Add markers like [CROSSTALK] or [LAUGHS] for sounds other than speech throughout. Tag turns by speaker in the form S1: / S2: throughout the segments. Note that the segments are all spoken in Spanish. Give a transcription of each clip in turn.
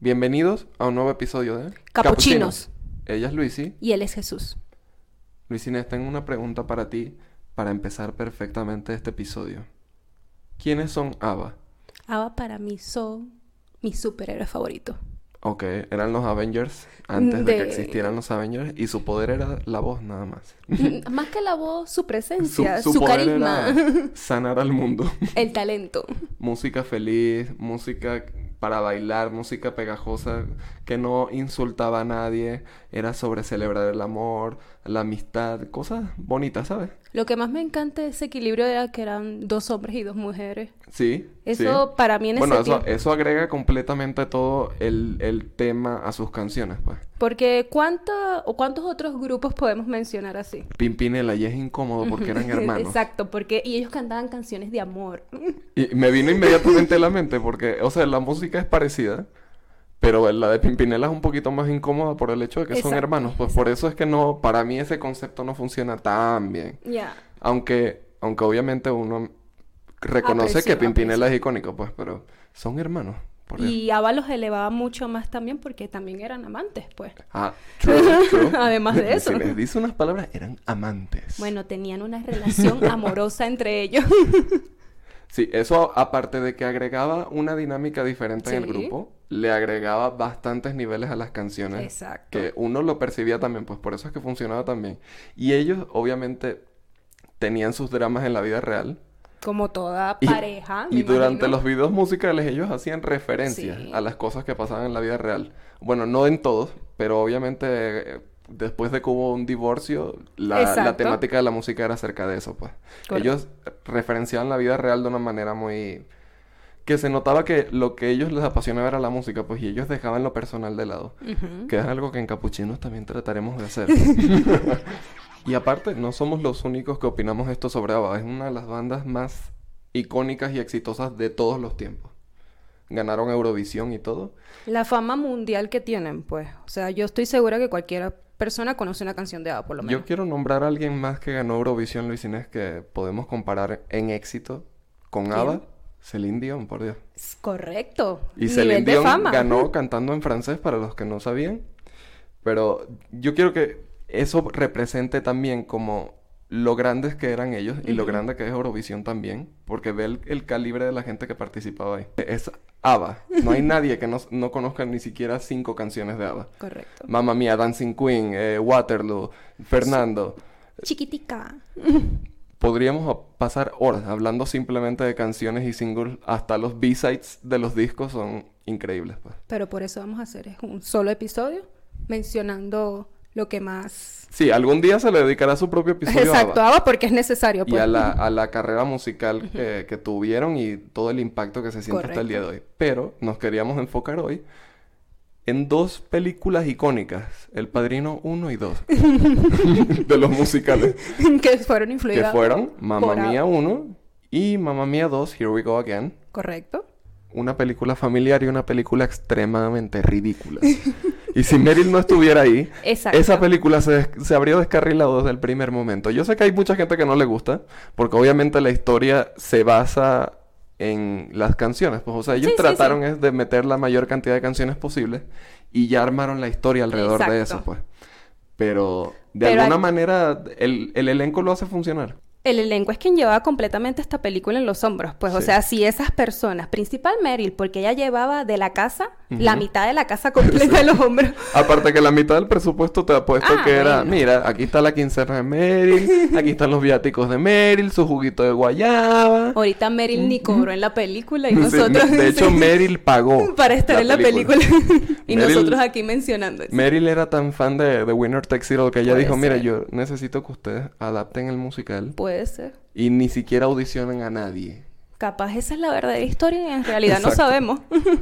S1: Bienvenidos a un nuevo episodio de
S2: Capuchinos.
S1: Ella es Luisi.
S2: Y él es Jesús.
S1: Luis Inés, tengo una pregunta para ti para empezar perfectamente este episodio. ¿Quiénes son ABBA?
S2: Ava para mí son mi
S1: [LAUGHS]
S2: superhéroe favorito.
S1: Ok, eran los Avengers antes de, que
S2: De-
S1: existieran los Avengers y su poder era la voz nada más.
S2: Mm, Más que la voz, su
S1: Su, [LAUGHS]
S2: presencia,
S1: su
S2: su,
S1: poder
S2: carisma, [LAUGHS]
S1: era sanar al mundo. [LAUGHS]
S2: el talento.
S1: música feliz, música para bailar, música pegajosa que no insultaba a nadie, era sobre celebrar el amor, la amistad, cosas bonitas, ¿sabes?
S2: Lo que más me encanta de ese equilibrio era que eran dos hombres y dos mujeres.
S1: Sí. sí.
S2: Eso para mí en
S1: Bueno,
S2: ese
S1: eso,
S2: tiempo-
S1: eso agrega completamente todo el, el tema a sus canciones, pues.
S2: Porque ¿cuánta, o ¿cuántos otros grupos podemos mencionar así?
S1: Pimpinela y es incómodo porque
S2: [LAUGHS]
S1: eran hermanos.
S2: Exacto, porque y ellos cantaban canciones de amor.
S1: Y me vino inmediatamente a la mente porque, o sea, la música es parecida, pero la de Pimpinela es un poquito más incómoda por el hecho de que son
S2: Exacto,
S1: hermanos. Pues por eso es que no, para mí ese concepto no funciona tan bien.
S2: Ya.
S1: Aunque, aunque obviamente uno reconoce
S2: Aprecio,
S1: que Pimpinela es icónico, pues, pero son hermanos. Por eso.
S2: Y Ava los elevaba mucho más también porque también eran amantes, pues.
S1: Ah, true, true.
S2: [LAUGHS] Además de
S1: [LAUGHS]
S2: eso.
S1: Si les dice unas palabras, eran amantes.
S2: Bueno, tenían
S1: [LAUGHS]
S2: una relación amorosa entre ellos.
S1: Sí, eso aparte de que agregaba una dinámica diferente en el
S2: Sí.
S1: grupo, le agregaba bastantes niveles a las canciones.
S2: Exacto.
S1: Que uno lo percibía también, pues por eso es que funcionaba también. Y ellos, obviamente, tenían sus dramas en la vida real.
S2: Como toda
S1: Y,
S2: pareja.
S1: y
S2: me
S1: durante
S2: imagino.
S1: los videos musicales ellos hacían referencias
S2: Sí.
S1: a las cosas que pasaban en la vida real. Bueno, no en todos, pero obviamente eh, después de que hubo un divorcio, la, la
S2: Exacto.
S1: temática de la música era acerca de eso, pues.
S2: Correcto.
S1: Ellos referenciaban la vida real de una manera muy... Que se notaba que lo que ellos les apasionaba era la música, pues, y ellos dejaban lo personal de lado.
S2: Ujú.
S1: Que es algo que en Capuchinos también trataremos de hacer. y aparte, no somos los únicos que opinamos esto sobre ABBA. Es una de las bandas más icónicas y exitosas de todos los tiempos. Ganaron Eurovisión y todo.
S2: La fama mundial que tienen, pues. O sea, yo estoy segura que cualquier persona conoce una canción de Ava, por lo menos.
S1: Yo quiero nombrar a alguien más que ganó Eurovisión, Luis Inés, que podemos comparar en éxito con ABBA. Celine Dion, por Dios.
S2: Es correcto.
S1: Y
S2: Nivel
S1: Celine
S2: de
S1: Dion
S2: fama.
S1: ganó cantando en francés para los que no sabían. Pero yo quiero que eso represente también como lo grandes que eran ellos y lo grande que es Eurovisión también, porque ve el, el calibre de la gente que participaba ahí. Es ABBA. No
S2: [LAUGHS]
S1: hay nadie que no, no conozca ni siquiera cinco canciones de ABBA.
S2: [LAUGHS] Correcto.
S1: Mamma Mía, Dancing Queen, eh, Waterloo, Fernando.
S2: Chiquitica.
S1: Podríamos a- pasar horas hablando simplemente de canciones y singles. Hasta los B-sides de los discos son increíbles. Pues.
S2: Pero por eso vamos a hacer es un solo episodio mencionando lo que más.
S1: Sí, algún día se le dedicará su propio episodio
S2: [LAUGHS] Exacto,
S1: a
S2: Ava, porque es necesario,
S1: y
S2: pues.
S1: a la, a la carrera musical que, que tuvieron y todo el impacto que se siente hasta el día de hoy. Pero nos queríamos enfocar hoy en dos películas icónicas, El Padrino 1 y
S2: [LAUGHS]
S1: 2, de los musicales,
S2: [LAUGHS] que fueron
S1: que
S2: influidas.
S1: fueron Mamma
S2: por a-
S1: Mía 1 y Mamma Mía 2, Here We Go Again.
S2: Correcto.
S1: Una película familiar y una película extremadamente
S2: [LAUGHS]
S1: ridícula. y si Meryl no estuviera ahí,
S2: Exacto.
S1: Esa película se, des- se habría descarrilado desde el primer momento. Yo sé que hay mucha gente que no le gusta, porque obviamente la historia se basa en las canciones. Pues, o sea, ellos
S2: Sí, sí,
S1: trataron es de meter la mayor cantidad de canciones posibles y ya armaron la historia alrededor de eso,
S2: Exacto.
S1: pues. Pero de
S2: Pero
S1: alguna
S2: hay-
S1: manera el, el elenco lo hace funcionar.
S2: El elenco es quien llevaba completamente esta película en los hombros, pues, o
S1: Sí.
S2: sea, si esas personas, principal Meryl, porque ella llevaba de la casa, la
S1: Ujú.
S2: mitad de la casa completa en los
S1: [LAUGHS]
S2: hombros.
S1: Aparte que la mitad del presupuesto te ha puesto
S2: Ah,
S1: que era,
S2: bueno.
S1: mira, aquí está la quincena de Meryl, aquí están los viáticos de Meryl, su juguito de
S2: [LAUGHS]
S1: guayaba.
S2: Ahorita Meryl ni cobró en la película y
S1: Sí,
S2: nosotros...
S1: me- de
S2: [LAUGHS]
S1: hecho,
S2: sí,
S1: Meryl pagó
S2: [LAUGHS] Para estar en la película. y
S1: Meryl-
S2: nosotros aquí mencionando
S1: [LAUGHS]
S2: eso.
S1: Meryl era tan fan de, de Winner Takes It All que ella
S2: Puede
S1: dijo, mira,
S2: ser.
S1: yo necesito que ustedes adapten el musical
S2: Puede ser.
S1: y ni siquiera audicionen a
S2: [LAUGHS]
S1: nadie.
S2: Capaz esa es la verdadera historia y en realidad
S1: Exacto.
S2: no sabemos.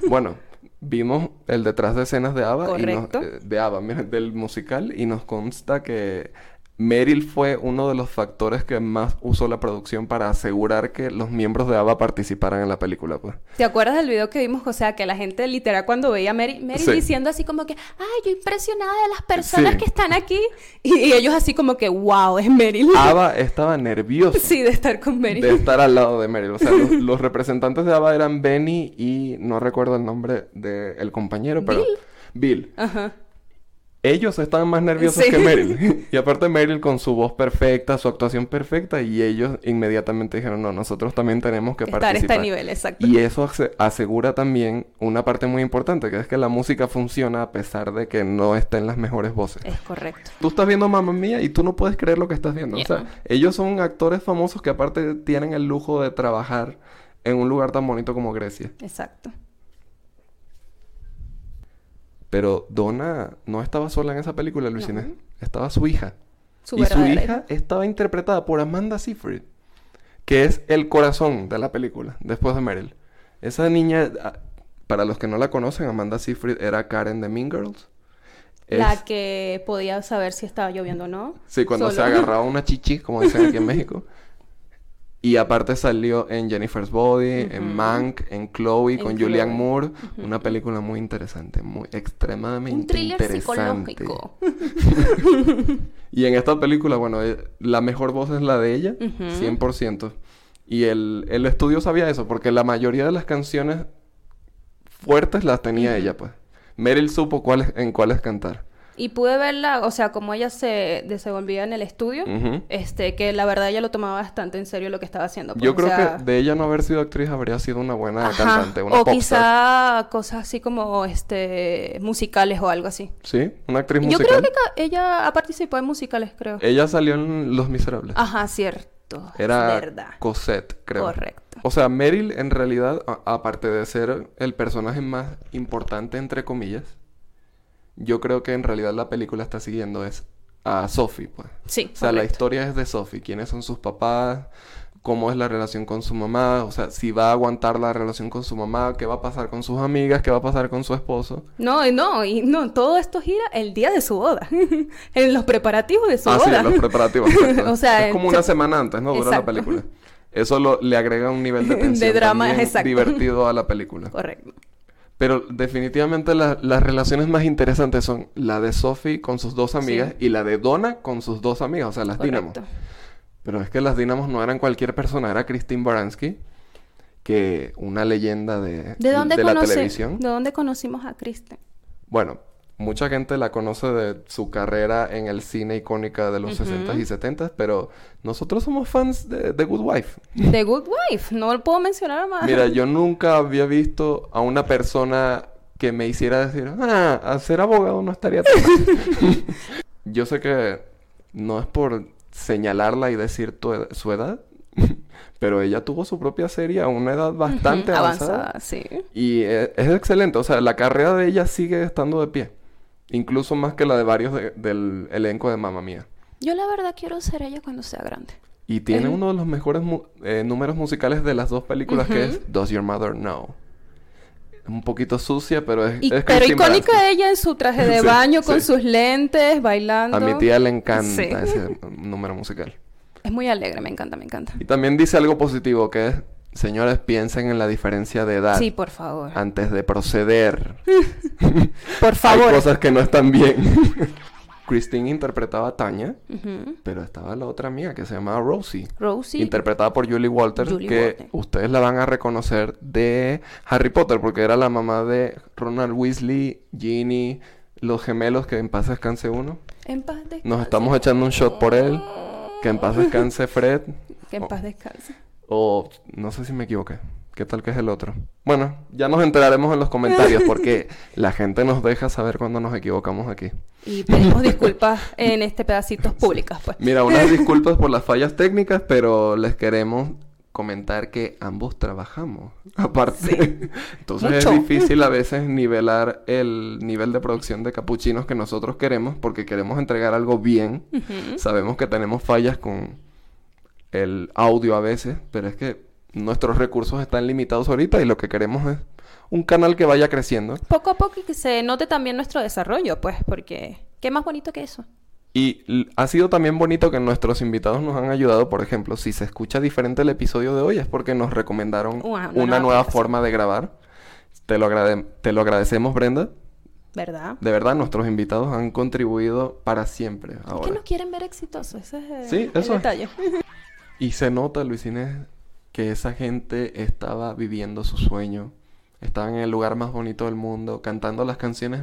S1: bueno, vimos el detrás de escenas de ABBA y nos-
S2: Correcto.
S1: eh, de ABBA, mira, del musical y nos consta que Meryl fue uno de los factores que más usó la producción para asegurar que los miembros de ABBA participaran en la película, pues.
S2: ¿Te acuerdas del video que vimos? O sea, que la gente literal cuando veía a Meryl, Meryl
S1: Sí.
S2: diciendo así como que, ay, yo impresionada de las personas
S1: Sí.
S2: que están aquí. Y, y ellos así como que, wow, es Meryl.
S1: ABBA estaba nervioso
S2: [LAUGHS] sí, de estar con Meryl.
S1: de estar al lado de Meryl. O sea,
S2: [LAUGHS]
S1: los, los representantes de ABBA eran Benny y no recuerdo el nombre del compañero, pero... Bill.
S2: Ajá.
S1: Ellos estaban más nerviosos
S2: Sí.
S1: que
S2: [LAUGHS]
S1: Meryl. y aparte Meryl con su voz perfecta, su actuación perfecta, y ellos inmediatamente dijeron, no, nosotros también tenemos que
S2: Estar
S1: participar.
S2: está nivel, exacto.
S1: Y eso ase- asegura también una parte muy importante, que es que la música funciona a pesar de que no estén las mejores voces.
S2: Es correcto.
S1: Tú estás viendo Mamma Mía y tú no puedes creer lo que estás viendo. O
S2: Yeah.
S1: sea, ellos son actores famosos que aparte tienen el lujo de trabajar en un lugar tan bonito como Grecia.
S2: Exacto.
S1: Pero Donna no estaba sola en esa película, Luis
S2: No.
S1: Inés. Estaba su hija.
S2: Su
S1: y su
S2: verdadera
S1: hija estaba interpretada por Amanda Seyfried, que es el corazón de la película, después de Meryl. Esa niña, a- para los que no la conocen, Amanda Seyfried era Karen de Mean Girls. Es-
S2: La que podía saber si estaba lloviendo o no.
S1: Sí, cuando se
S2: Solo. [LAUGHS]
S1: agarraba una chichi, como dicen aquí en México. Y aparte salió en Jennifer's Body,
S2: Ujú.
S1: en Mank, en Chloe,
S2: En
S1: con Julianne
S2: Chloe.
S1: Moore. Una película muy interesante, muy extremadamente
S2: Un thriller
S1: interesante.
S2: psicológico.
S1: Y en esta película, bueno, eh, la mejor voz es la de ella,
S2: Ujú.
S1: 100%. Y el, el estudio sabía eso, porque la mayoría de las canciones fuertes las tenía ella, pues. Meryl supo cuáles, en cuáles cantar.
S2: Y pude verla, o sea, como ella se desenvolvía en el estudio,
S1: Ujú.
S2: este, que la verdad ella lo tomaba bastante en serio lo que estaba haciendo. pues,
S1: Yo
S2: o
S1: creo
S2: sea,
S1: que de ella no haber sido actriz habría sido una buena
S2: ajá,
S1: cantante, una
S2: o
S1: popstar.
S2: quizá cosas así como este musicales o algo así.
S1: Sí, una actriz
S2: Yo
S1: musical.
S2: creo que ca- ella ha participado en musicales, creo.
S1: Ella salió en Los Miserables.
S2: Ajá, cierto.
S1: Era
S2: Es Ah, verdad.
S1: Cosette, creo.
S2: Correcto.
S1: O sea, Meryl en realidad, a- aparte de ser el personaje más importante, entre comillas, yo creo que en realidad la película está siguiendo es a Sophie, pues.
S2: Sí,
S1: O sea, la
S2: correcto.
S1: historia es de Sophie, quiénes son sus papás, cómo es la relación con su mamá, o sea, si va a aguantar la relación con su mamá, qué va a pasar con sus amigas, qué va a pasar con su esposo.
S2: No, y no, y no, todo esto gira el día de su boda, [LAUGHS] en los preparativos de su
S1: ah,
S2: boda.
S1: sí, los preparativos. exacto.
S2: O sea,
S1: es como
S2: el-
S1: una semana antes, ¿no? Dura la
S2: Exacto.
S1: película. Eso lo- le agrega un nivel de
S2: [LAUGHS] De
S1: tensión
S2: drama,
S1: también
S2: exacto.
S1: divertido a la
S2: [LAUGHS]
S1: película.
S2: [LAUGHS] Correcto.
S1: Pero definitivamente la- las relaciones más interesantes son la de Sophie con sus dos amigas y la de Donna con sus dos amigas, o sea, las Dynamos.
S2: Correcto.
S1: Pero es que las Dynamos no eran cualquier persona, era Christine Baranski, que una leyenda de,
S2: ¿De dónde,
S1: la
S2: conoce-
S1: televisión.
S2: ¿De dónde conocimos a Kristen?
S1: Bueno, mucha gente la conoce de su carrera en el cine icónica de los 60s y 70s, pero nosotros somos fans de, de Good Wife.
S2: The Good Wife. No lo puedo mencionar más.
S1: Mira, yo nunca había visto a una persona que me hiciera decir, ah, a ser abogado no estaría tan mal". yo sé que no es por señalarla y decir tu ed- su edad, [LAUGHS] pero ella tuvo su propia serie a una edad bastante
S2: [LAUGHS] Ujú,
S1: avanzada.
S2: sí.
S1: Y eh, es, excelente, o sea, la carrera de ella sigue estando de pie. Incluso más que la de varios de- del elenco de Mamma Mía.
S2: Yo la verdad quiero ser ella cuando sea grande.
S1: Y tiene
S2: Ujú.
S1: uno de los mejores mu- eh, números musicales de las dos películas que es Does Your Mother Know? Un poquito sucia, pero es,
S2: Y-
S1: es
S2: pero
S1: Christine
S2: icónica
S1: Baranski.
S2: ella en su traje
S1: [LAUGHS]
S2: de
S1: Sí,
S2: baño, con
S1: sí.
S2: sus lentes, bailando.
S1: A mi tía le encanta
S2: Sí.
S1: ese
S2: [LAUGHS]
S1: eh, número musical.
S2: Es muy alegre, me encanta, me encanta.
S1: Y también dice algo positivo que es, señores, piensen en la diferencia de edad
S2: Sí, por favor.
S1: antes de proceder.
S2: [LAUGHS]
S1: [LAUGHS]
S2: Por
S1: Hay
S2: favor.
S1: cosas que no están bien. [LAUGHS] Christine interpretaba a Tanya,
S2: Ujú.
S1: pero estaba la otra mía que se llamaba Rosie.
S2: Rosie.
S1: Interpretada por Julie Walters,
S2: Julie
S1: que
S2: Walters.
S1: ustedes la van a reconocer de Harry Potter, porque era la mamá de Ronald Weasley, Ginny, los gemelos, que en paz descanse uno.
S2: en paz descanse.
S1: Nos estamos echando un shot por él. Que en paz descanse Fred.
S2: Que en paz descanse.
S1: O no sé si me equivoqué. ¿Qué tal que es el otro? Bueno, ya nos enteraremos en los comentarios, porque la gente nos deja saber cuando nos equivocamos aquí. [LAUGHS]
S2: Y pedimos disculpas en este pedacitos públicas, pues.
S1: Mira, unas disculpas por las fallas técnicas, pero les queremos comentar que ambos trabajamos. Aparte, [LAUGHS] entonces
S2: Mucho.
S1: es difícil a veces nivelar el nivel de producción de capuchinos que nosotros queremos porque queremos entregar algo bien. Sabemos que tenemos fallas con el audio a veces, pero es que nuestros recursos están limitados ahorita y lo que queremos es un canal que vaya creciendo.
S2: Poco a poco y que se note también nuestro desarrollo, pues, porque qué más bonito que eso.
S1: Y l- ha sido también bonito que nuestros invitados nos han ayudado, por ejemplo, si se escucha diferente el episodio de hoy es porque nos recomendaron
S2: Una- una
S1: una,
S2: nueva
S1: nueva,
S2: aplicación.
S1: forma de grabar. Te lo, agrade- te lo agradecemos, Brenda.
S2: ¿Verdad?
S1: De verdad, nuestros invitados han contribuido para siempre
S3: Es que
S1: ahora.
S3: nos quieren ver exitosos, ese es eh,
S1: Sí,
S3: el
S1: eso es.
S3: detalle.
S1: Y se nota, Luis Inés, que esa gente estaba viviendo su sueño. Estaba en el lugar más bonito del mundo, cantando las canciones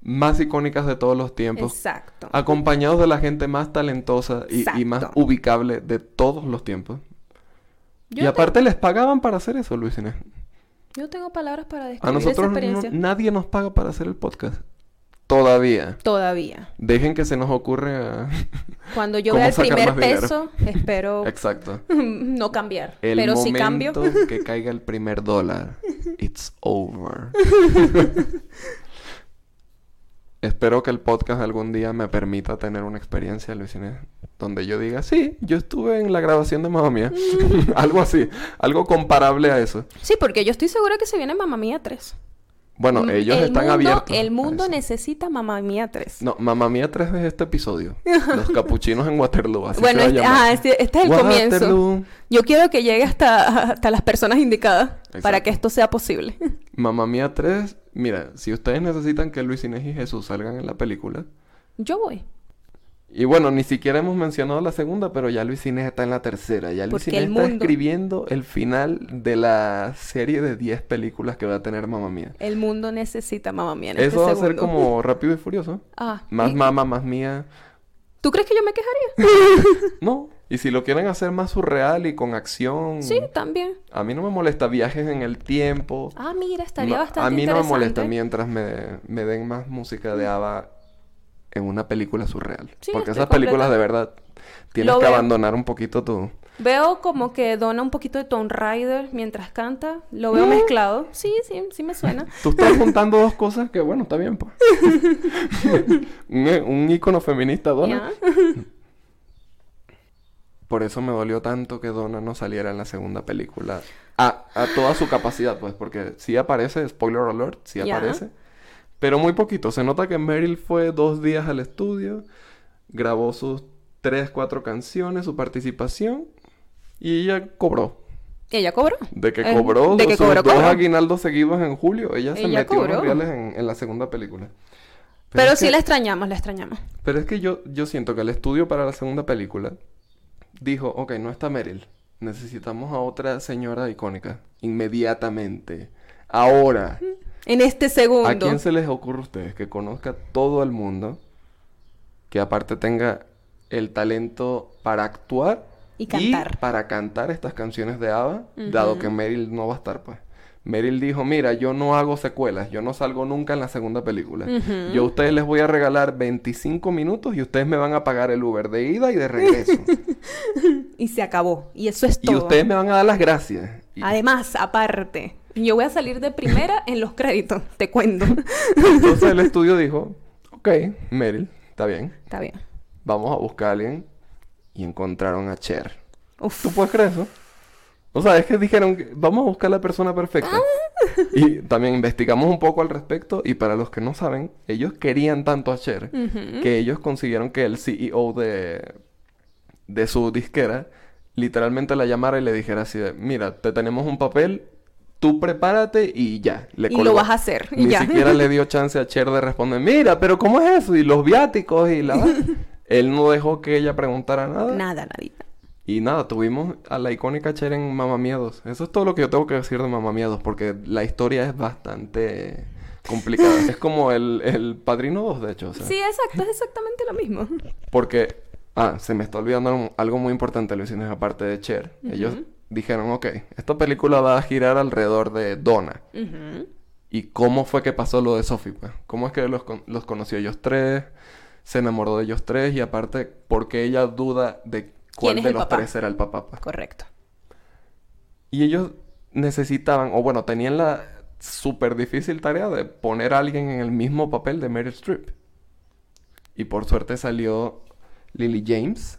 S1: más icónicas de todos los tiempos,
S2: Exacto.
S1: Ah, acompañados de la gente más talentosa y, y más
S2: Exacto.
S1: ubicable de todos los tiempos. y
S2: Yo no
S1: aparte les pagaban para hacer eso, Luis Inés.
S3: Yo no tengo palabras para describir
S1: A
S3: esa
S1: nosotros no-
S3: experiencia.
S1: nadie nos paga para hacer el podcast. Todavía.
S2: Todavía.
S1: Dejen que se nos ocurre a-
S2: Cuando yo
S1: ¿Cómo
S2: vea el
S1: sacar
S2: primer
S1: más dinero?
S2: peso,
S1: [LAUGHS]
S2: espero
S1: Exacto.
S2: [LAUGHS] no cambiar.
S1: El
S2: pero si cambio,
S1: momento
S2: [LAUGHS]
S1: que caiga el primer dólar. It's
S2: [LAUGHS]
S1: over. Espero que el podcast algún día me permita tener una experiencia, Luis Inés, donde yo diga, sí, yo estuve en la grabación de Mamma Mía.
S2: Mm.
S1: [LAUGHS] algo así, algo comparable a eso.
S2: sí, porque yo estoy segura que se viene Mamá Mía 3.
S1: Bueno,
S3: Mm,
S1: ellos
S3: el
S1: están
S3: mundo,
S1: abiertos.
S3: El
S1: a
S3: mundo
S1: eso.
S3: necesita Mamá Mía 3.
S1: No, Mamma Mía 3 es este episodio.
S2: [LAUGHS]
S1: Los capuchinos en Waterloo. Así se va
S2: bueno,
S1: a
S2: este,
S1: llamar.
S2: ajá, este, este es el comienzo.
S1: Waterloo.
S2: Yo quiero que llegue hasta, hasta las personas indicadas para
S1: Exacto.
S2: que esto sea posible. [LAUGHS]
S1: Mamma Mía 3, mira, si ustedes necesitan que Luis Inés y Jesús salgan en la película.
S3: Yo voy.
S1: Y bueno, ni siquiera hemos mencionado la segunda, pero ya Luis Inés está en la tercera. Ya Luis
S2: Porque
S1: Inés
S2: el
S1: está
S2: mundo-
S1: escribiendo el final de la serie de 10 películas que va a tener Mamma Mía.
S2: El mundo necesita Mamá Mía en
S1: Eso
S2: este
S1: va a ser
S2: segundo.
S1: como rápido y furioso.
S2: Ah,
S1: Más
S2: y-
S1: mamá, más mía.
S2: ¿Tú crees que yo me quejaría?
S1: [LAUGHS] No. Y si lo quieren hacer más surreal y con acción.
S2: Sí, también.
S1: A mí no me molesta viajes en el tiempo.
S3: Ah, mira, estaría
S1: No,
S3: bastante
S1: A mí no me molesta
S3: interesante. Mm.
S1: mientras me, me den más música de ABBA en una película surreal.
S3: Sí,
S1: Porque
S3: estoy
S1: esas películas de verdad tienes
S2: Lo
S1: que
S2: veo.
S1: abandonar un poquito tu...
S2: Veo como que dona un poquito de Tomb Raider mientras canta. Lo
S1: ¿Eh?
S2: veo mezclado. Sí, sí, sí me suena.
S1: Tú estás juntando dos cosas que, bueno, está
S3: [LAUGHS]
S1: bien, pues. [LAUGHS] un, un ícono feminista, Donna.
S2: Ya.
S1: Por eso me dolió tanto que Donna no saliera en la segunda película. A, a toda su capacidad, pues. Porque sí aparece, spoiler alert, sí
S2: Ya.
S1: aparece. Pero muy poquito. Se nota que Meryl fue dos días al estudio. Grabó sus tres, cuatro canciones, su participación. Y ella cobró.
S2: ¿Y ella cobró?
S1: De que
S2: Eh,
S1: cobró,
S2: de que
S1: sus
S2: cobró,
S1: dos
S2: cobró.
S1: aguinaldos seguidos en julio. Ella se
S2: Ella
S1: metió unos
S2: cobró.
S1: reales en, en la segunda película.
S2: Pero,
S1: es
S2: sí
S1: que-
S2: la extrañamos, la extrañamos.
S1: pero es que yo, yo siento que el estudio para la segunda película dijo, ok, no está Meryl. Necesitamos a otra señora icónica. Inmediatamente. Ahora.
S2: En este segundo.
S1: ¿A quién se les ocurre a ustedes que conozca todo el mundo? Que aparte tenga el talento para actuar
S2: Y cantar.
S1: para cantar estas canciones de ABBA, dado que Meryl no va a estar, pues. Meryl dijo, mira, yo no hago secuelas, yo no salgo nunca en la segunda película. Yo a ustedes les voy a regalar 25 minutos y ustedes me van a pagar el Uber de ida y de regreso.
S2: [LAUGHS] Y se acabó. Y eso es
S1: y
S2: todo.
S1: ustedes me van a dar las gracias. Y-
S2: Además, aparte, yo voy a salir
S1: [LAUGHS]
S2: de primera en los créditos. Te cuento.
S1: Entonces el estudio dijo, ok, Meryl, está bien.
S2: Está bien.
S1: vamos a buscar a alguien y encontraron a Cher.
S2: Uf.
S1: ¿Tú puedes creer eso? O sea, es que dijeron, que vamos a buscar la persona perfecta.
S2: Ah.
S1: Y también investigamos un poco al respecto y para los que no saben, ellos querían tanto a Cher que ellos consiguieron que el CEO de, de su disquera literalmente la llamara y le dijera así de, mira, te tenemos un papel, tú prepárate y ya. Le
S2: Y lo
S1: colgó.
S2: vas a hacer, y
S1: Ni
S2: ya.
S1: siquiera le dio chance a Cher de responder, mira, pero ¿cómo es eso? Y los viáticos y
S2: [LAUGHS]
S1: la... Él no dejó que ella preguntara nada.
S2: Nada, nadita.
S1: Y nada, tuvimos a la icónica Cher en Mamma Mía 2. Eso es todo lo que yo tengo que decir de Mamma Mía 2, porque la historia es bastante
S2: [LAUGHS]
S1: complicada. es como el, el Padrino 2, de hecho. o sea,
S2: Sí, exacto, es exactamente lo mismo.
S1: Porque, ah, se me está olvidando algo- algo muy importante, Luis Inés, aparte de Cher. Ellos dijeron, ok, esta película va a girar alrededor de Donna.
S2: Ujú.
S1: ¿Y cómo fue que pasó lo de Sophie? Pues? ¿Cómo es que los, con- los conoció ellos tres? ¿Se enamoró de ellos tres? Y aparte, ¿por qué ella duda de cuál
S2: es
S1: de
S2: el
S1: los
S2: papá?
S1: tres era el papá? pues?
S2: Correcto.
S1: Y ellos necesitaban, o bueno, tenían la súper difícil tarea de poner a alguien en el mismo papel de Meryl Streep. Y por suerte salió Lily James,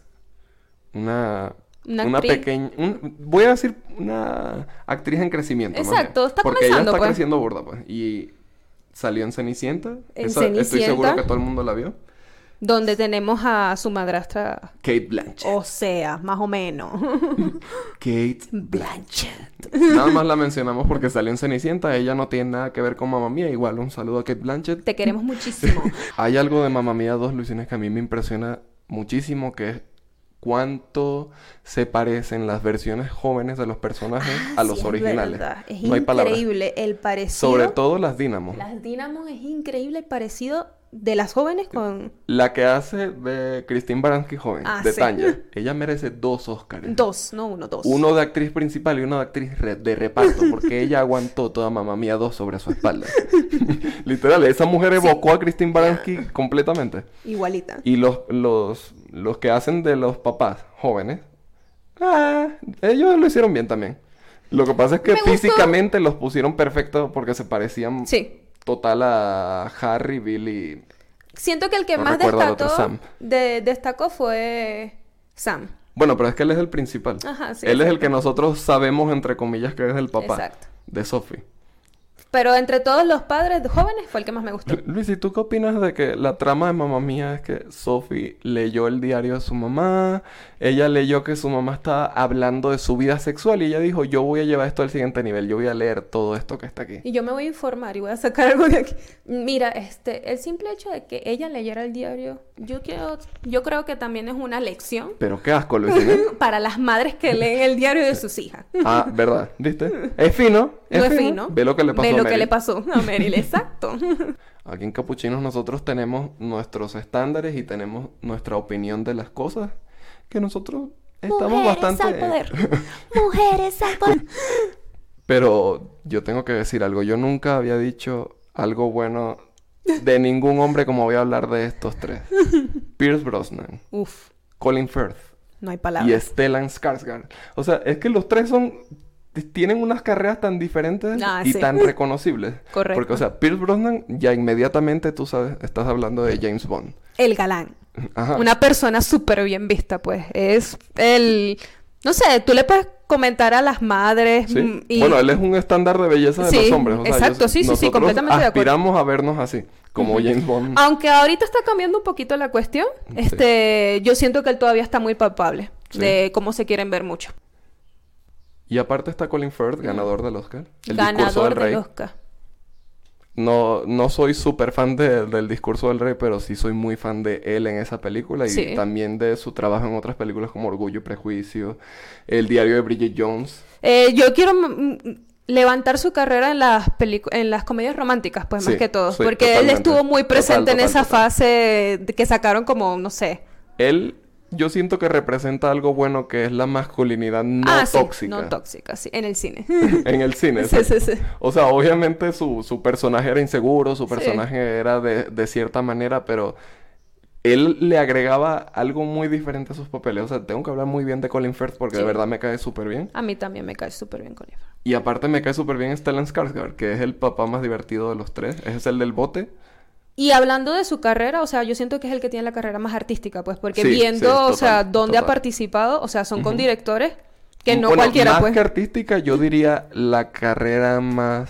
S1: una...
S2: Una
S1: Una,
S2: actriz.
S1: pequeña... un- voy a decir una actriz en crecimiento. más bien.
S2: Exacto, está
S1: Porque
S2: comenzando,
S1: ella está
S2: pues.
S1: creciendo burda, pues. Y salió en Cenicienta.
S2: En
S1: Esa- Estoy seguro
S2: Cenicienta.
S1: que todo el mundo la vio.
S2: Donde tenemos a su madrastra.
S1: Kate Blanchett.
S2: O sea, más o menos.
S1: [LAUGHS] Kate
S2: Blanchett.
S1: Nada más la mencionamos porque salió en Cenicienta. Ella no tiene nada que ver con Mamma Mía. Igual un saludo a Kate Blanchett.
S2: Te queremos muchísimo.
S1: Hay algo de Mamma Mía 2, Luisines, que a mí me impresiona muchísimo, que es cuánto se parecen las versiones jóvenes de los personajes [LAUGHS] a los
S2: Ah, Sí, es
S1: originales.
S2: verdad. Es
S1: no hay palabras.
S2: increíble el parecido.
S1: Sobre todo las Dynamo. La...
S2: Las Dynamo es increíble el parecido de las jóvenes con
S1: que hace de Christine Baranski joven,
S2: Ah,
S1: de
S2: sí. [LAUGHS]
S1: Tanya. Ella merece dos Oscars.
S2: dos, no uno, dos.
S1: Uno de actriz principal y uno de actriz re- de reparto, porque ella aguantó toda Mamá Mía 2 sobre su
S2: [LAUGHS]
S1: espalda. Literal, esa mujer evocó a Christine Baranski completamente.
S2: Igualita.
S1: Y los, los, los que hacen de los papás jóvenes, ah, ellos lo hicieron bien también. Lo que pasa es que
S2: Me gustó.
S1: físicamente los pusieron perfectos porque se parecían
S2: Sí.
S1: total a Harry, Billy.
S2: Siento que el que
S1: No
S2: más
S1: recuerdo al otro,
S2: destacó,
S1: Sam.
S2: de- destacó fue Sam.
S1: Bueno, pero es que él es el principal.
S2: Ajá, sí,
S1: él es el
S2: exacto.
S1: que nosotros sabemos, entre comillas, que es el papá
S2: Exacto.
S1: de Sophie.
S2: Pero entre todos los padres jóvenes fue el que más me gustó.
S1: Lu- Luis, ¿y tú qué opinas de que la trama de Mamá Mía es que Sophie leyó el diario de su mamá, ella leyó que su mamá estaba hablando de su vida sexual y ella dijo, yo voy a llevar esto al siguiente nivel, yo voy a leer todo esto que está aquí.
S2: Y yo me voy a informar y voy a sacar algo de aquí. Mira, este, el simple hecho de que ella leyera el diario, yo quiero, yo creo que también es una lección
S1: Pero qué asco, Luisina.
S2: [LAUGHS] para las madres que leen el diario de sus hijas.
S1: ah, ¿verdad? ¿Viste? Es fino.
S2: No es fino.
S1: Ve lo que le pasó
S2: Ve
S1: a
S2: lo que
S1: Meryl.
S2: le pasó a Meryl, exacto.
S1: Aquí en Capuchinos nosotros tenemos nuestros estándares y tenemos nuestra opinión de las cosas que nosotros estamos
S3: Mujeres
S1: bastante...
S3: al
S1: [LAUGHS]
S3: poder. Mujeres al poder.
S1: Pero yo tengo que decir algo. Yo nunca había dicho algo bueno de ningún hombre como voy a hablar de estos
S2: [LAUGHS]
S1: tres. Pierce Brosnan,
S2: Uf,
S1: Colin Firth
S2: no hay
S1: y
S2: palabras.
S1: Stellan Skarsgård. O sea, es que los tres son... Tienen unas carreras tan diferentes
S2: Ah,
S1: y
S2: sí. [LAUGHS]
S1: tan reconocibles.
S2: Correcto.
S1: Porque, o sea, Pierce Brosnan ya inmediatamente tú sabes, estás hablando de James Bond.
S2: El galán.
S1: Ajá.
S2: Una persona súper bien vista, pues. Es el... No sé, tú le puedes comentar a las madres
S1: Sí.
S2: mm, y...
S1: Bueno, él es un estándar de belleza de
S2: Sí,
S1: los hombres. O sea,
S2: exacto,
S1: yo-
S2: sí, sí, sí,
S1: nosotros
S2: completamente de acuerdo.
S1: aspiramos a vernos así, como James Bond.
S2: Aunque ahorita está cambiando un poquito la cuestión,
S1: Sí.
S2: este, yo siento que él todavía está muy palpable
S1: Sí.
S2: de cómo se quieren ver mucho.
S1: Y aparte está Colin Firth, ganador del Oscar. El discurso del
S2: Ganador
S1: rey.
S2: del Oscar.
S1: No, no soy súper fan de- del discurso del rey, pero sí soy muy fan de él en esa película y
S2: Sí.
S1: también de su trabajo en otras películas como Orgullo y Prejuicio, El diario de Bridget Jones.
S2: Eh, yo quiero mm, mm, levantar su carrera en las pelicu- en las comedias románticas, pues
S1: Sí,
S2: más que todo,
S1: sí,
S2: porque él
S1: totalmente.
S2: estuvo muy
S1: Total,
S2: presente en
S1: total,
S2: esa
S1: total.
S2: fase de- que sacaron como, no sé,
S1: Él, yo siento que representa algo bueno que es la masculinidad no
S2: ah, sí,
S1: tóxica.
S2: no tóxica, sí, en el cine.
S1: en el cine.
S2: [LAUGHS] Sí,
S1: exacto.
S2: sí, sí.
S1: O sea, obviamente su, su personaje era inseguro, su
S2: Sí.
S1: personaje era de, de cierta manera, pero él le agregaba algo muy diferente a sus papeles. O sea, tengo que hablar muy bien de Colin Firth porque de
S2: Sí.
S1: verdad me cae súper bien.
S2: A mí también me cae súper bien con él.
S1: Y aparte me cae súper bien Stellan Skarsgård, que es el papá más divertido de los tres. Es el del bote.
S2: Y hablando de su carrera, o sea, yo siento que es el que tiene la carrera más artística, pues, porque
S1: Sí,
S2: viendo,
S1: sí, total,
S2: o sea, dónde ha
S1: total.
S2: participado, o sea, son con directores que no
S1: Bueno,
S2: cualquiera,
S1: más
S2: pues.
S1: que artística, yo diría la carrera más...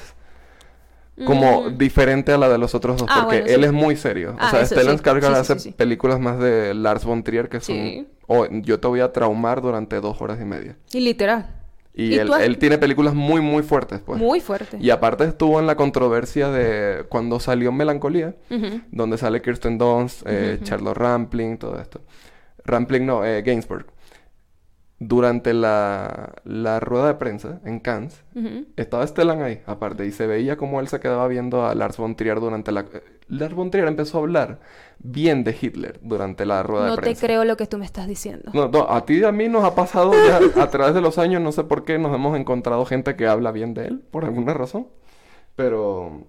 S1: Como diferente a la de los otros dos,
S2: Ah,
S1: porque
S2: bueno,
S1: él
S2: sí.
S1: es muy serio.
S2: Ah,
S1: o sea,
S2: eso
S1: Stellan
S2: sí.
S1: Skarsgård
S2: Sí, sí,
S1: hace
S2: sí, sí.
S1: películas más de Lars von Trier que son...
S2: Sí.
S1: "Oh, yo te voy a traumar durante dos horas y media.
S2: Y literal.
S1: Y,
S2: ¿Y
S1: él,
S2: tú has-
S1: él tiene películas muy, muy fuertes, pues.
S2: Muy fuerte.
S1: Y aparte estuvo en la controversia de cuando salió Melancolía,
S2: Ujú.
S1: donde sale Kirsten Dunst, eh, Charlotte Rampling, todo esto. Rampling no, eh, Gainsbourg. Durante la, la rueda de prensa en Cannes,
S2: Ujú.
S1: estaba Stellan ahí, aparte, y se veía como él se quedaba viendo a Lars von Trier durante la... eh, Lars von Trier empezó a hablar bien de Hitler durante la rueda
S2: No
S1: de
S2: te
S1: prensa.
S2: creo lo que tú me estás diciendo.
S1: No, no, a ti y a mí nos ha pasado ya a través de los años, no sé por qué, nos hemos encontrado gente que habla bien de él, por alguna razón. Pero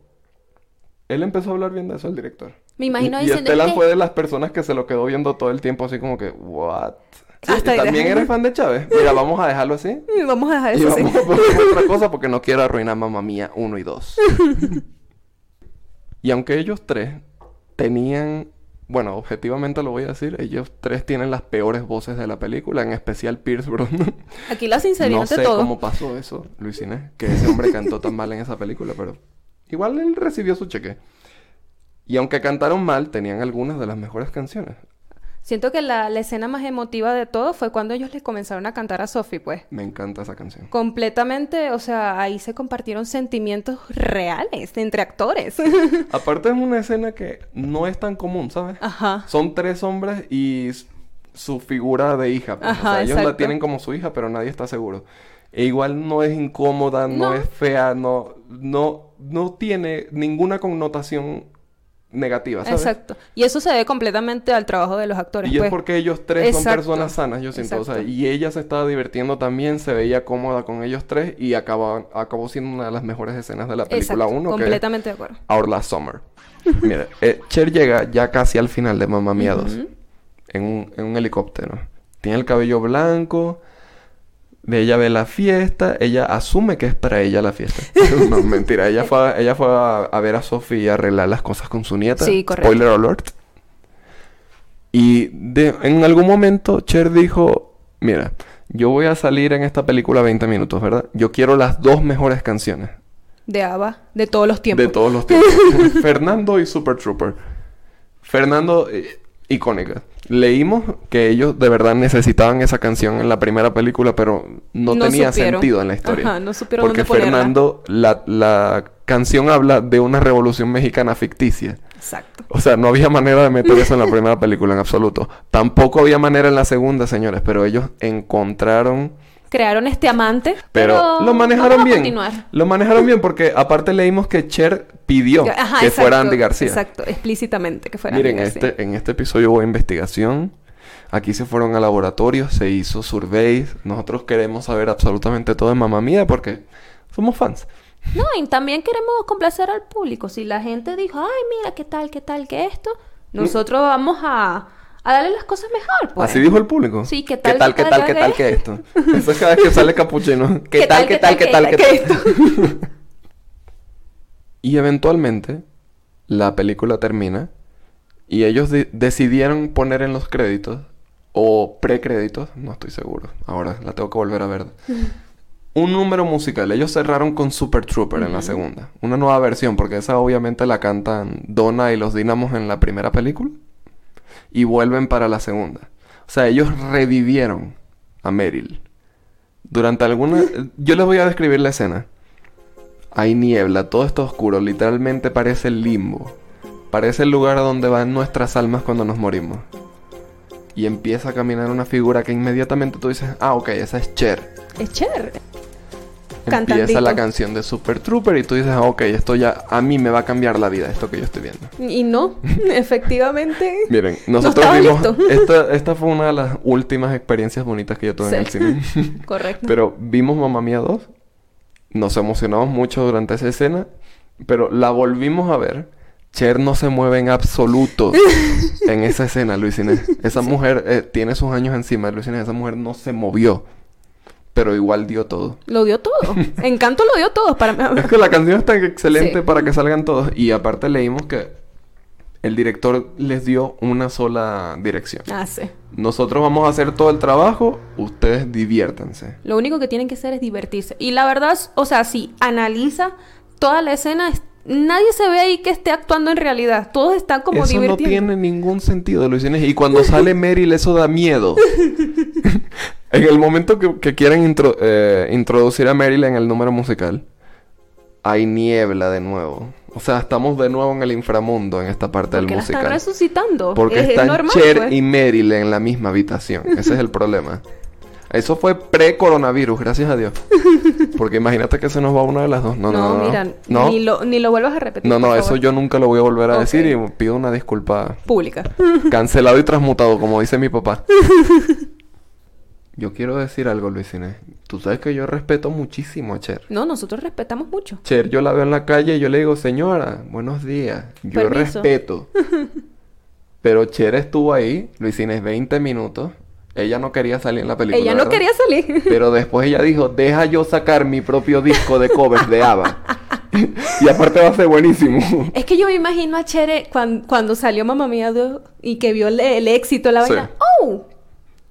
S1: él empezó a hablar bien de eso, el director.
S2: Me imagino
S1: Y- y
S2: diciendo,
S1: Estelan
S2: "¿Qué?".
S1: fue de las personas que se lo quedó viendo todo el tiempo, así como que, ¿what? Sí,
S2: Hasta
S1: y
S2: ahí [LAUGHS]
S1: también
S2: dejé.
S1: eres fan de Chávez. Mira, vamos a dejarlo así.
S2: Mm, Vamos a dejar
S1: Y
S2: [LAUGHS] eso así.
S1: vamos a poner otra cosa porque no quiero arruinar Mamá Mía 1 y
S2: [LAUGHS]
S1: 2. y aunque ellos tres tenían, bueno, objetivamente lo voy a decir, ellos tres tienen las peores voces de la película, en especial Pierce
S2: [LAUGHS]
S1: Brosnan.
S2: Aquí la sinceridad
S1: no
S2: ante
S1: sé
S2: todo.
S1: cómo pasó eso, Luis Inés, que ese hombre cantó tan mal en esa película, pero igual él recibió su cheque. Y aunque cantaron mal, tenían algunas de las mejores canciones.
S2: Siento que la, la escena más emotiva de todo fue cuando ellos les comenzaron a cantar a Sophie, pues.
S1: Me encanta esa canción.
S2: [LAUGHS] Completamente, o sea, ahí se compartieron sentimientos reales entre actores.
S1: Aparte es una escena que no es tan común, ¿sabes?
S2: Ajá.
S1: Son tres hombres y s- su figura de hija. pues. O
S2: Ajá,
S1: sea, ellos la
S2: exacto.
S1: tienen como su hija, pero nadie está seguro. E igual no es incómoda, no,
S2: No.
S1: es fea, no, no, no tiene ninguna connotación negativa, ¿sabes?
S2: Exacto. Y eso se debe completamente al trabajo de los actores,
S1: Y es
S2: pues.
S1: porque ellos tres son
S2: Exacto.
S1: personas sanas, yo siento. O sea,
S2: Exacto.
S1: y ella se estaba divirtiendo también, se veía cómoda con ellos tres y acababan- acabó siendo una de las mejores escenas de la película
S2: Exacto,
S1: 1, que es
S2: completamente de acuerdo.
S1: Our Last Summer. Mira, eh, Cher llega ya casi al final de Mamma Mía 2
S2: Ujú.
S1: en, un, en un helicóptero. Tiene el cabello blanco. De ella ve la fiesta, ella asume que es para ella la
S2: [LAUGHS]
S1: fiesta. no, mentira, ella fue, a, ella fue a, a ver a Sofía arreglar las cosas con su nieta.
S2: Sí, correcto.
S1: Spoiler alert. Y de- en algún momento Cher dijo, mira, yo voy a salir en esta película 20 minutos, ¿verdad? Yo quiero las dos mejores canciones.
S2: De ABBA, de todos los tiempos.
S1: De todos los
S2: [LAUGHS]
S1: tiempos. Fernando y Super Trooper. Fernando, eh, icónica. Leímos que ellos de verdad necesitaban esa canción en la primera película, pero no,
S2: No
S1: tenía
S2: supieron.
S1: sentido en la historia.
S2: Ajá, no supieron
S1: Porque
S2: dónde ponerla.
S1: Fernando, la, la canción habla de una revolución mexicana ficticia.
S2: Exacto.
S1: O sea, no había manera de meter eso en
S2: [LAUGHS]
S1: la primera película en absoluto. Tampoco había manera en la segunda, señores, pero ellos encontraron...
S2: Crearon este amante,
S1: Pero,
S2: pero,
S1: lo manejaron
S2: vamos a
S1: bien.
S2: continuar.
S1: Lo manejaron bien porque aparte leímos que Cher pidió
S2: Ajá,
S1: que
S2: exacto,
S1: fuera Andy García.
S2: Exacto, explícitamente que fuera
S1: Miren,
S2: Andy García.
S1: este, en este episodio hubo investigación. Aquí se fueron a laboratorios, se hizo surveys. Nosotros queremos saber absolutamente todo de mamá mía porque somos fans.
S2: No, y también queremos complacer al público. Si la gente dijo, ay, mira, qué tal, qué tal, qué esto,
S1: Mm.
S2: nosotros vamos a, a darle las cosas mejor, pues.
S1: Así dijo el público.
S2: Sí, ¿qué tal, eh?
S1: ¿Qué tal, qué tal, qué tal que
S2: [LAUGHS]
S1: esto? Eso es cada vez que sale capuchino. ¿Qué, tal, qué tal, qué tal, qué tal?
S2: esto?
S1: [LAUGHS] Y eventualmente la película termina y ellos de- decidieron poner en los créditos o precréditos, no estoy seguro, ahora la tengo que volver a ver. Un número musical, ellos cerraron con Super Trooper en la segunda, una nueva versión porque esa obviamente la cantan Donna y los Dynamos en la primera película y vuelven para la segunda. O sea, ellos revivieron a Meryl. Durante alguna... Yo les voy a describir la escena. Hay niebla, todo está oscuro, literalmente parece el limbo. Parece el lugar a donde van nuestras almas cuando nos morimos. Y empieza a caminar una figura que inmediatamente tú dices, ah, ok, esa es Cher.
S2: es chévere.
S1: Empieza
S2: Cantandito.
S1: la canción de Super Trooper y tú dices, ah, ok, esto ya a mí me va a cambiar la vida, esto que yo estoy viendo.
S2: Y no, [LAUGHS] efectivamente.
S1: Miren,
S2: No
S1: nosotros
S2: estaba
S1: vimos...
S2: listo.
S1: Esta, esta fue una de las últimas experiencias bonitas que yo tuve en el
S2: Sí.
S1: cine.
S2: Correcto.
S1: Pero vimos Mamma Mía 2. Nos emocionamos mucho durante esa escena. Pero la volvimos a ver. Cher no se mueve en absoluto en esa escena, Luis Inés. Esa mujer eh, tiene sus años encima, Luis Inés. Esa mujer no se movió. Pero igual dio todo.
S2: Lo
S1: [LAUGHS]
S2: dio todo. Encanto lo dio todo para mí. Ah,
S1: Es que la canción está excelente
S2: Sí.
S1: para que salgan todos. Y aparte leímos que el director les dio una sola dirección.
S2: Ah, sí.
S1: Nosotros vamos a hacer todo el trabajo. Ustedes diviértanse.
S2: Lo único que tienen que hacer es divertirse. Y la verdad, o sea, si analiza toda la escena, es- nadie se ve ahí que esté actuando en realidad. Todos están como
S1: eso no
S2: divirtiendo.
S1: tiene ningún sentido, Luis Inés. Y cuando sale Meryl, eso da miedo. [LAUGHS] en el momento que, que quieren intro- eh, introducir a Meryl en el número musical, hay niebla de nuevo. O sea, estamos de nuevo en el inframundo en esta parte
S2: Porque
S1: del
S2: la están
S1: musical.
S2: resucitando.
S1: Porque
S2: es, es
S1: están
S2: normal,
S1: Cher
S2: pues.
S1: y Meryl en la misma habitación. Ese es el problema. Eso fue pre-coronavirus, gracias a Dios. Porque imagínate que se nos va una de las dos. No,
S2: No,
S1: no, no. no.
S2: mira,
S1: No.
S2: Ni, lo, ni lo vuelvas a repetir.
S1: No, no,
S2: por
S1: eso
S2: favor.
S1: yo nunca lo voy a volver a
S2: Ok.
S1: decir y pido una disculpa.
S2: Pública.
S1: Cancelado y transmutado, como dice mi papá. Yo quiero decir algo, Luis Inés. Tú sabes que yo respeto muchísimo a Cher.
S2: No, nosotros respetamos mucho.
S1: Cher, yo la veo en la calle y yo le digo, señora, buenos días. Yo
S2: Permiso.
S1: respeto. Pero Cher estuvo ahí, Luis Inés, 20 minutos. Ella no quería salir en la película.
S2: Ella no
S1: ¿verdad?
S2: quería salir.
S1: Pero después ella dijo, deja yo sacar mi propio disco de covers de ABBA. [LAUGHS] y aparte va a ser buenísimo.
S2: Es que yo me imagino a Chere cuan- cuando, salió Mamá Mía 2 y que vio el, el éxito, la
S1: Sí.
S2: vaina. ¡Oh!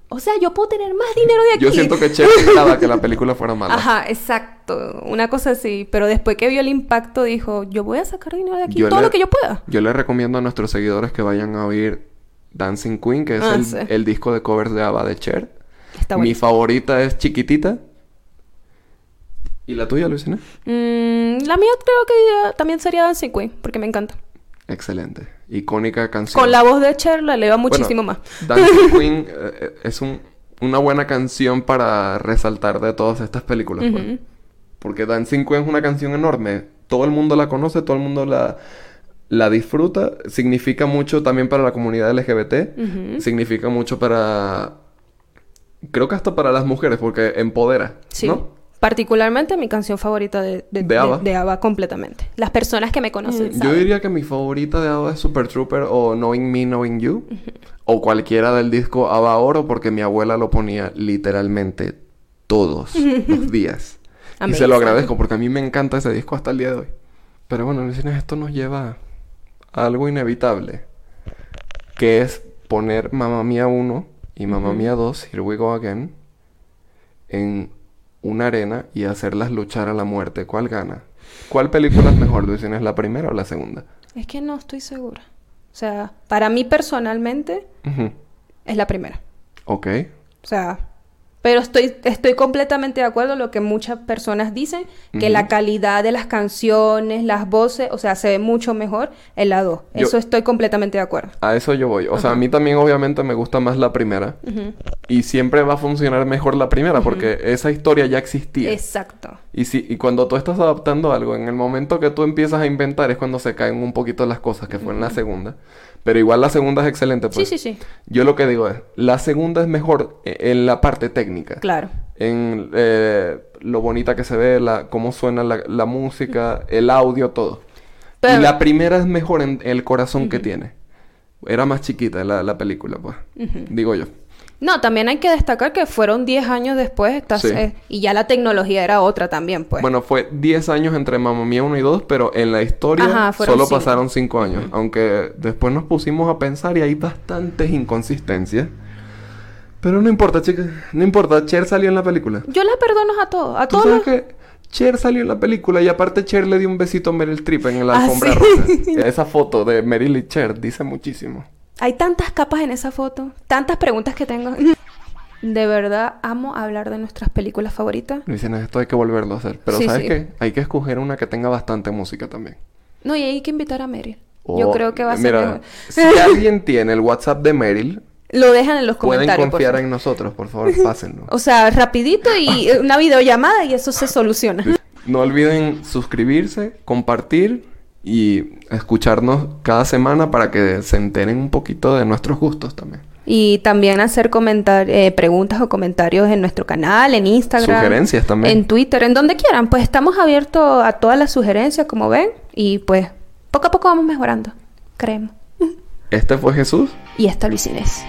S2: O sea, yo puedo tener más dinero de aquí.
S1: Yo siento que Che esperaba
S2: [LAUGHS]
S1: que la película fuera mala.
S2: Ajá, exacto. Una cosa así. Pero después que vio el impacto, dijo: Yo voy a sacar dinero de aquí
S1: Yo
S2: todo
S1: le-
S2: lo que yo pueda.
S1: Yo les recomiendo a nuestros seguidores que vayan a oír Dancing Queen, que es
S2: Ah,
S1: el,
S2: sí.
S1: el disco de covers de Ava de Cher.
S2: Está
S1: Mi
S2: bueno.
S1: favorita es Chiquitita. ¿Y la tuya, Luisina?
S2: Mm, la mía creo que ya- también sería Dancing Queen, porque me encanta.
S1: Excelente. Icónica canción.
S2: Con la voz de Cher la eleva
S1: Bueno,
S2: muchísimo más.
S1: [LAUGHS]
S2: [LAUGHS]
S1: Dancing Queen eh, eh, es un- una buena canción para resaltar de todas estas películas. pues.
S2: Ujú.
S1: Porque Dancing Queen es una canción enorme. Todo el mundo la conoce, todo el mundo la, la disfruta. Significa mucho también para la comunidad LGBT.
S2: Ujú.
S1: Significa mucho para... Creo que hasta para las mujeres, porque empodera,
S2: Sí.
S1: ¿no?
S2: Particularmente mi canción favorita de, de,
S1: De
S2: de-
S1: ABBA. Mm.
S2: de ABBA completamente. Las personas que me conocen.
S1: Yo
S2: saben.
S1: diría que mi favorita de ABBA es Super Trooper o Knowing Me, Knowing You. O cualquiera del disco ABBA Oro porque mi abuela lo ponía literalmente todos los días. y se
S2: Amazing.
S1: lo agradezco porque a mí me encanta ese disco hasta el día de hoy. Pero bueno, Luciana, esto nos lleva a algo inevitable. Que es poner Mamá Mía 1 y Mamá Mía 2, Here We Go Again, en una arena y hacerlas luchar a la muerte. ¿Cuál gana? ¿Cuál película es mejor, Luisina? ¿Es la primera o la segunda?
S2: Es que no estoy segura. O sea, para mí personalmente
S1: Ujú.
S2: es la primera.
S1: Ok.
S2: O sea, pero estoy, estoy completamente de acuerdo en lo que muchas personas dicen, que
S1: Ujú.
S2: la calidad de las canciones, las voces, o sea, se ve mucho mejor en la 2.
S1: Yo-
S2: Eso estoy completamente de acuerdo.
S1: A eso yo voy. O sea, a mí también obviamente me gusta más la primera.
S2: Ujú.
S1: Y siempre va a funcionar mejor la primera porque esa historia ya existía.
S2: Exacto.
S1: Y, si, y cuando tú estás adaptando algo, en el momento que tú empiezas a inventar es cuando se caen un poquito las cosas, que fue en la segunda. Pero igual la segunda es excelente. Pues.
S2: sí, sí, sí.
S1: Yo lo que digo es, la segunda es mejor e- en la parte técnica.
S2: Claro.
S1: En eh, lo bonita que se ve, la, cómo suena la, la música, el audio, todo.
S2: Pero-
S1: Y la primera es mejor en el corazón que tiene. Era más chiquita la, la película, pues. Digo yo.
S2: No, también hay que destacar que fueron 10 años después estás-
S1: Sí.
S2: eh, y ya la tecnología era otra también, pues.
S1: Bueno, fue 10 años entre Mamma Mía 1 y 2, pero en la historia
S2: Ajá, fueron
S1: solo
S2: cinco.
S1: pasaron 5 años. Aunque después nos pusimos a pensar y hay bastantes inconsistencias. Pero no importa, chicas. No importa, Cher salió en la película.
S2: Yo la perdono a todos, a
S1: ¿Tú
S2: todos.
S1: sabes
S2: los-
S1: que Cher salió en la película y aparte Cher le dio un besito a Meryl Streep en la
S2: Ah,
S1: alfombra
S2: ¿sí? [LAUGHS]
S1: rosa? Esa foto de Meryl y Cher dice muchísimo.
S2: Hay tantas capas en esa foto, tantas preguntas que tengo. [LAUGHS] De verdad, amo hablar de nuestras películas favoritas.
S1: Dicen, esto hay que volverlo a hacer. Pero
S2: Sí,
S1: ¿sabes
S2: sí.
S1: qué? Hay que escoger una que tenga bastante música también.
S2: No, y hay que invitar a Meryl. Yo
S1: O-
S2: creo que va a ser
S1: Oh, mira,
S2: mejor. [LAUGHS]
S1: Si alguien tiene el WhatsApp de Meryl,
S2: Lo dejan en los
S1: Pueden
S2: comentarios. por
S1: confiar
S2: favor.
S1: en nosotros, por favor,
S2: [LAUGHS]
S1: pásenlo.
S2: O sea, rapidito
S1: [LAUGHS]
S2: y eh, una videollamada y eso se soluciona.
S1: No olviden suscribirse, compartir y escucharnos cada semana para que se enteren un poquito de nuestros gustos también.
S2: Y también hacer comentar, eh, preguntas o comentarios en nuestro canal, en Instagram.
S1: Sugerencias también.
S2: En Twitter, en donde quieran. Pues estamos abiertos a todas las sugerencias, como ven. Y pues poco a poco vamos mejorando. Creemos.
S1: Este fue Jesús.
S2: Y esta Luis Inés.